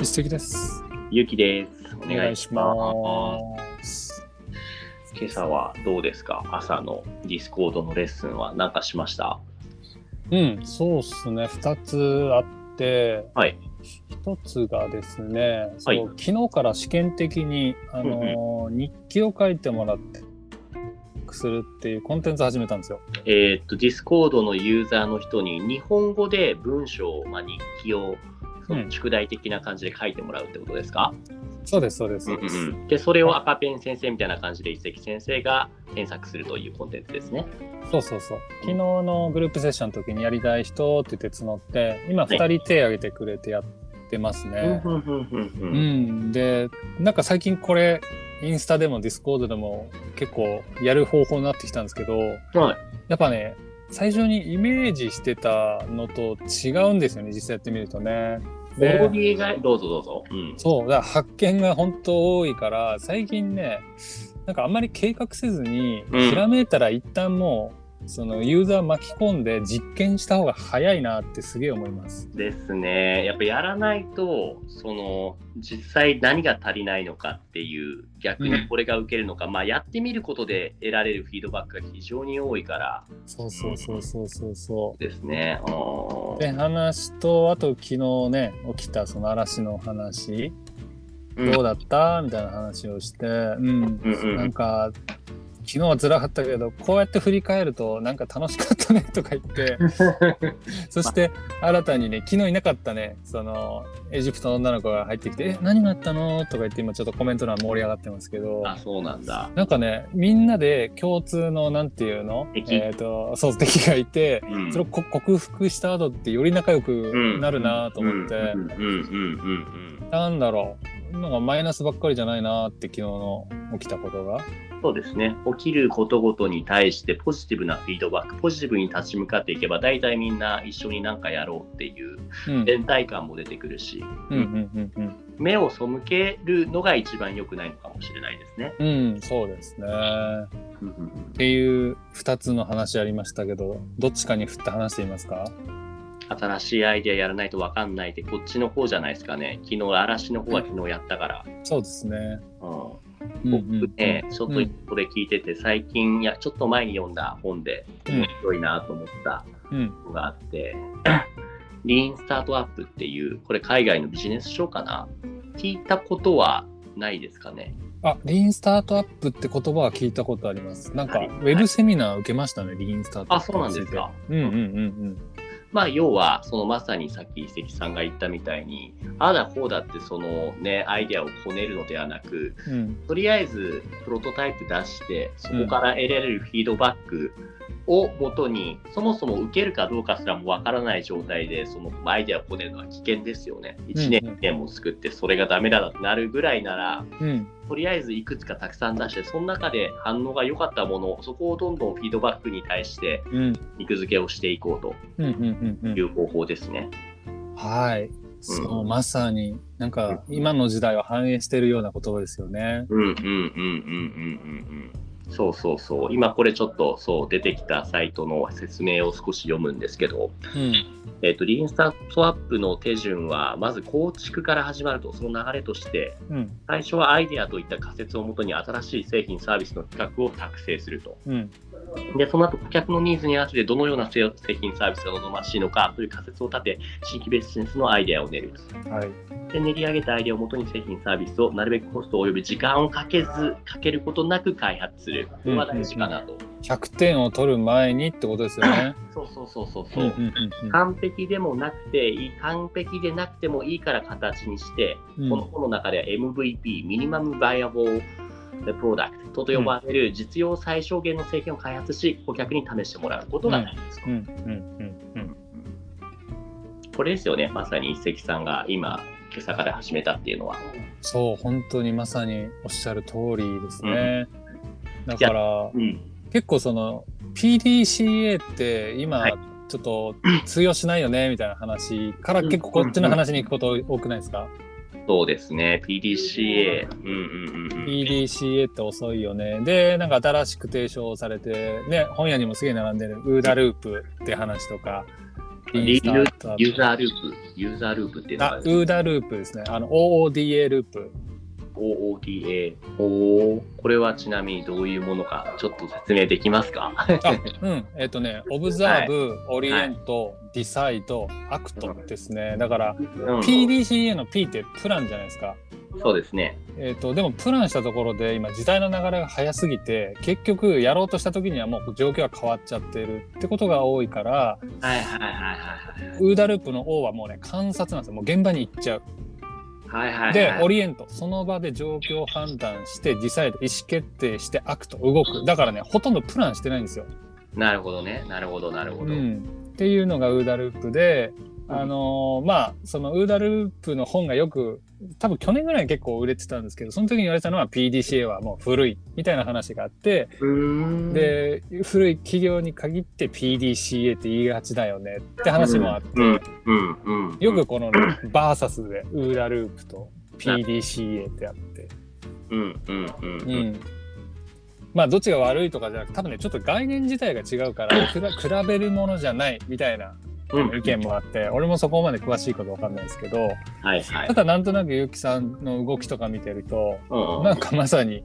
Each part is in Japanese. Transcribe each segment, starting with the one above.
一石です。ゆきです。お願いします。す。今朝はどうですか朝のディスコードのレッスンは何かしましたうん、そうですね。二つあって、はい。一つがですね、そう昨日から試験的にあの、日記を書いてもらって。するっていうコンテンツ始めたんですよ。えーっと、ディスコードのユーザーの人に日本語で文章を、まあ、日記をそうんの宿題的な感じで書いてもらうってことですか、そうですそうですうんそううんうです。ん、で、それを赤ペン先生みたいな感じで一石先生が添削するというコンテンツですね。そうそうそう。昨日のグループセッションの時にやりたい人って言って募って、今二人手挙げてくれてやってますね。うんうんうんううんうんん、でなんか最近これインスタでもディスコードでも結構やる方法になってきたんですけどはい。やっぱね最初にイメージしてたのと違うんですよね実際やってみるとね。ボでーディーが、どうぞどうぞ。うん。そうだから発見が本当多いから最近ねなんかあんまり計画せずに、うんひらめいたら一旦もうそのユーザー巻き込んで実験した方が早いなってすげえ思います。ですね。やっぱやらないと、その、実際何が足りないのかっていう、逆うんにこれが受けるのか、まあやってみることで得られるフィードバックが非常に多いからそうそうそうそうそうそう。ですね。うーんで話とあと昨日ね起きたその嵐の話どうだった、みたいな話をして、うんうんうんなんか昨日は辛かったけどこうやって振り返るとなんか楽しかったねとか言 ってそして新たにね昨日いなかったねそのエジプトの女の子が入ってきて「え何があったの?」とか言って今ちょっとコメント欄盛り上がってますけど。あ、そうなん だ。なんかねみんなで共通のなんていうの敵えー、とそう敵がいて、うんそれをこ克服した後ってより仲良くなるなと思って、うんうんうんうんなんだろうなんかマイナスばっかりじゃないなって昨日の起きたことがうんそうですね。起きることごとに対してポジティブなフィードバック、ポジティブに立ち向かっていけば、大体みんな一緒になんかやろうっていううんうん連帯感も出てくるし、うんうん目を背けるのが一番良くないのかもしれないですね。うんうんそうですねっていう2つの話ありましたけどどっちかに振って話していますか新しいアイデアやらないと分かんないってこっちの方じゃないですかね。昨日嵐の方は昨日やったから。そうですねうんうんうん僕ね、ちょっとこれ聞いてて、最近、いや、ちょっと前に読んだ本でうん面白いなと思ったうんのがあって、 リーンスタートアップっていう、これ海外のビジネス書かな聞いたことはないですかね。あリーンスタートアップって言葉は聞いたことありますなんかはいウェブセミナー受けましたねリーンスタートアあ、ップそうなんですか。うんうんうんまあ、要は、そのまさにさっき一石さんが言ったみたいに、ああだこうだって、そのね、アイデアをこねるのではなく、うんうんとりあえずプロトタイプ出して、そこから得られるフィードバックをもとに、そもそも受けるかどうかすらもわからない状態で、そのアイデアをこねるのは危険ですよね。1年、うんうん2年も作って、それがダメだってなるぐらいなら、うんとりあえずいくつかたくさん出して、その中で反応が良かったもの、そこをどんどんフィードバックに対してうん肉付けをしていこうとうんうんうんうんいう方法ですね。はい。そう、うんまさに、なんか、今の時代を反映してるような言葉ですよね。うんうんうんうんうんうんうん。そうそうそう。今これちょっとそう出てきたサイトの説明を少し読むんですけど、うん。えっ、と、リーンスタートアップの手順は、まず構築から始まると、その流れとして、うん。最初はアイデアといった仮説をもとに新しい製品サービスの企画を作成すると。うん。で、その後、顧客のニーズに合わせてどのような製製品サービスが望ましいのかという仮説を立て、新規ビジネスのアイデアを練ると。はい。で練り上げたアイデアをもとに製品サービスをなるべくコスト及び時間をかけずかけることなく開発するこれは大事かなと、 100点を取る前にってことですよ ね。そうそうそうそううそんう、うん完璧でもなくていい完璧でなくてもいいから形にして、うんこの本の中では MVP ミニマムバイアボープロダクトと呼ばれる実用最小限の製品を開発し顧客に試してもらうことが大事です、うん。うん。うん。うん。これですよねまさに一石さんが今今朝から始めたっていうのはそう、本当にまさにおっしゃる通りですね。だから、うん結構その、PDCA って今はい、ちょっと通用しないよね、みたいな話から結構こっちの話に行くこと多くないですかそうですね PDCA うんうんうんうん EDCA って遅いよね。で、なんか新しく提唱されて、ね、本屋にもすげえ並んでる、ウーダループって話とか、インスタートアップユーザーループ、ユーザーループっていうのあが、、ウーダループですね。あの、OODA ループ。 OODA。おーこれはちなみにどういうものか、ちょっと説明できま すか あ、うん。えっ、とね、オブザーブ、オリエント、ディサイド、アクトですね。だから、うん PDCA の P ってプランじゃないですか。そうですね。えっ、と、でもプランしたところで、今時代の流れが早すぎて、結局やろうとした時にはもう状況が変わっちゃってるってことが多いから、はいはいはいはいはい。ウーダループの O はもうね、観察なんですよ。もう現場に行っちゃう。はいはいはい、で、オリエント、その場で状況を判断して、ディサイド、意思決定して、アクト、動く。だからね、ほとんどプランしてないんですよ。なるほどね。なるほど、なるほど。うん、っていうのがウーダループで、うんあのーまあそのウーダループの本がよく多分去年ぐらいに結構売れてたんですけどその時に言われたのは PDCA はもう古いみたいな話があって、うん、で古い企業に限って PDCA って言いがちだよねって話もあって、うん、うん、うん。よくこの、ね、バーサスでウーダループと PDCA ってあって。うん、うん、うん、う。うんんまあどっちが悪いとかじゃなくて多分ねちょっと概念自体が違うからくら比べるものじゃないみたいなうん意見もあって俺もそこまで詳しいことわかんないですけどはいは いた。だなんとなくゆきさんの動きとか見てるとうんなんかまさに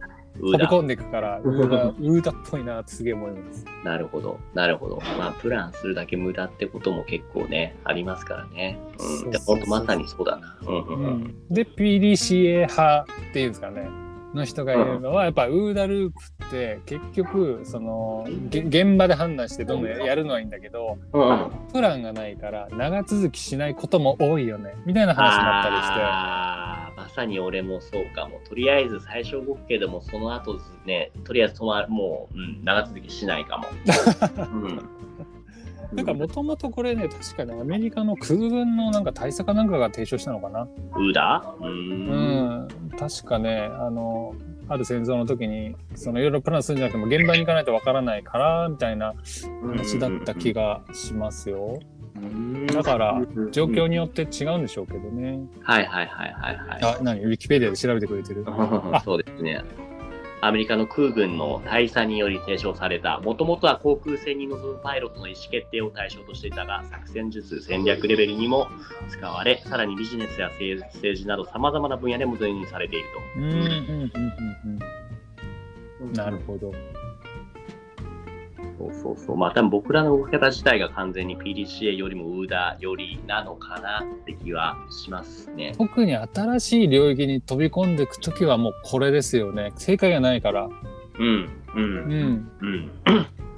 飛うんび込んでいくからウーダウーダっぽいなってすげえ思います。なるほど、なるほど。まあ、プランするだけ無駄ってことも結構ね、ありますからね。うそん。うで、そうそう本当まさにそうだな。うん、う、うんうん。ん、で PDCA 派っていうんですかねの人がいるのはやっぱウーダループって結局そのげ現場で判断してどんどんやるのはいいんだけどうん。プランがないから長続きしないことも多いよねみたいな話になったりしてあーまさに俺もそうかも。とりあえず最初動くけども、その後ですね、とりあえず止まもう、うん、長続きしな いかも。うん。なんかもともとこれね確かねアメリカの空軍のなんか対策なんかが提唱したのかなうだうー。うんん確かねあのある戦争の時にそのいろいろプランするんじゃなくても現場に行かないとわからないからみたいな話だった気が。がしますようんだから、状況に。によって違うんでしょうけどねはいはいはいはいはい。あ何ウィキペディアで調べてくれてる そうですね。アメリカの空軍の大佐により提唱された、もともとは航空戦に臨むパイロットの意思決定を対象としていたが、作戦術、戦略レベルにも使われ、さらにビジネスや政政治などさまざまな分野でも導入されているうんうんうんうんうんなるほどと。そうそうそう。まあ多分僕らの動き方自体が完全に PDCA よりもウーダよりなのかなって気はしますね。特に新しい領域に飛び込んでいくときはもうこれですよね正解がないからうん、う、うんんうん。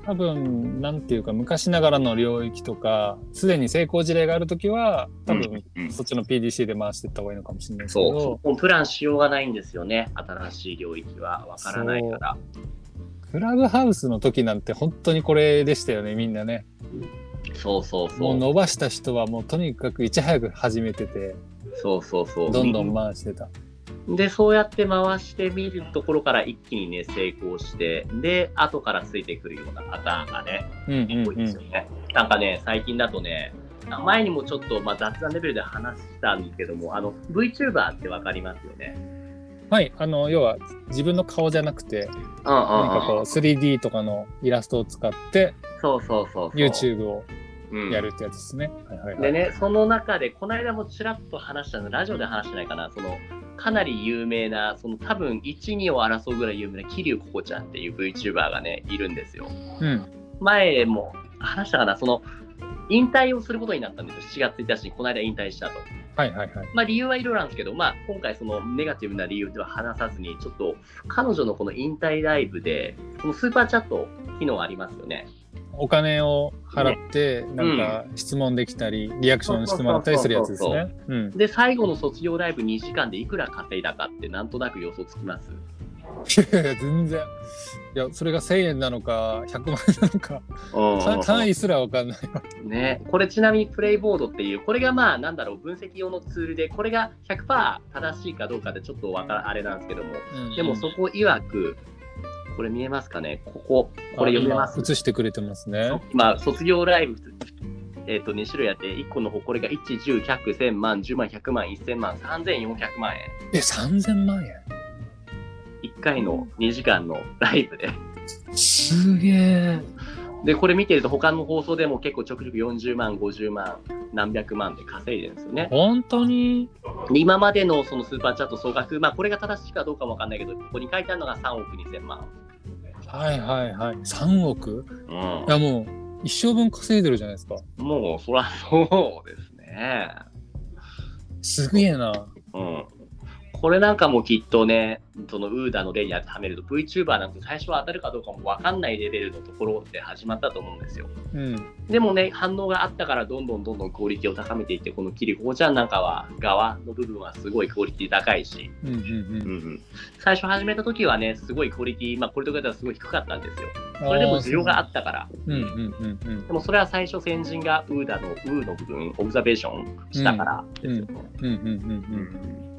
多分なんていうか昔ながらの領域とかすでに成功事例があるときは多分うんうんそっちの PDC で回していった方がいいのかもしれないですけそうど、もうプランしようがないんですよね。新しい領域はわからないから。クラブハウスの時なんて本当にこれでしたよねみんなねそうそうそもうう。伸ばした人はもうとにかくいち早く始めててそうそうそう。どんどん回してたで、そうやって回してみるところから一気にね、成功して、で、後からついてくるようなパターンがね、うんうん多いですよね。なんかね、最近だとね、前にもちょっと、まあ、雑談レベルで話したんですけども、あの、VTuber ってわかりますよね。はいあの要は自分の顔じゃなくてうんうんなんかこうん。う 3D とかのイラストを使ってそうそうそうそう。 YouTube をうんやるってやつですね。はいはいはいでね、その中で、この間もちらっと話したの、ラジオで話してないかな、その、かなり有名な、その多分1、2を争うぐらい有名な、桐生ココちゃんっていう VTuber がね、いるんですよ。うん。前も話したかな、その、引退をすることになったんですよ、7月1日に、この間引退したと。はいはいはい。まあ理由はいろいろなんですけど、まあ今回そのネガティブな理由では話さずに、ちょっと彼女のこの引退ライブで、このスーパーチャット機能ありますよね。お金を払って、なんか質問できたり、リアクションしてもらったりするやつですね。うん。 で、最後の卒業ライブ2時間でいくら稼いだかってなんとなく予想つきます。いやいや全然。いや、それが1000円なのか、100万円なのか、単単位すらわかんない。ね、これちなみにプレイボードっていう、これがまあなんだろう、分析用のツールで、これが100%正しいかどうかでちょっとわからあれなんですけども、うんでもそこ曰く、これ見えますかね、ここ、これ読めますあ。今映してくれてますね。今、卒業ライブ、えっと2種類あって、1個の方、これが1、10、100、1000万、10万、100万、1000万、3400万円。え、3000万円1回の2時間のライブで。すげえ。で、これ見てると他の放送でも結構ちょくちょく40万、50万、何百万で稼いでるんですよね。本当にで今までのそのスーパーチャット総額、まあこれが正しいかどうかわかんないけど、ここに書いてあるのが3億2000万。はいはいはい。3億うんいやもう、一生分稼いでるじゃないですか。もうそらそうですね。すげえな。うん。これなんかもきっとね、そのウーダの例に当てはめると VTuber なんて最初は当たるかどうかもわかんないレベルのところで始まったと思うんですよ。うん。でもね、反応があったからどんどんどんどんクオリティを高めていって、このキリコちゃんなんかは側の部分はすごいクオリティ高いし、うんうんうん。最初始めた時はね、すごいクオリティ、まあこれとかではすごい低かったんですよ。そそれでも需要があったから。うんうんうんうんでもそれは最初先人がウーダのウーの部分、オブザベーションしたからですよね。うんうんうん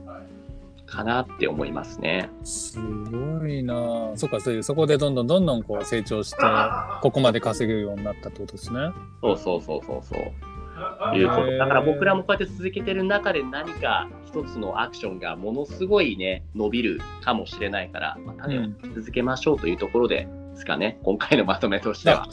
かなって思いますね。うん。すごいなあそっか、そういう、そこでどんどんどんどんこう成長して、ここまで稼げるようになったってことですね。そうそうそうそうそう。いうこと。だから僕らもこうやって続けてる中で何か一つのアクションがものすごいね、伸びるかもしれないから、まあ、種を続けましょうというところですかね。今回のまとめとしては。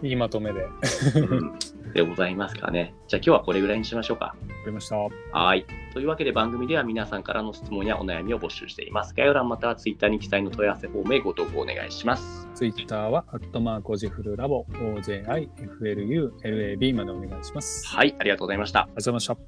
いいまとめで。わかうんでございますかね。じゃあ今日はこれぐらいにしましょうか。りました。はい。というわけで番組では皆さんからの質問やお悩みを募集しています。概要欄または Twitter に記載の問い合わせフォームへご投稿お願いします。ツイッターは、アットマークオジフルラボ、OJIFLULAB までお願いします。ありがとはい、ありがとうございました。うございました。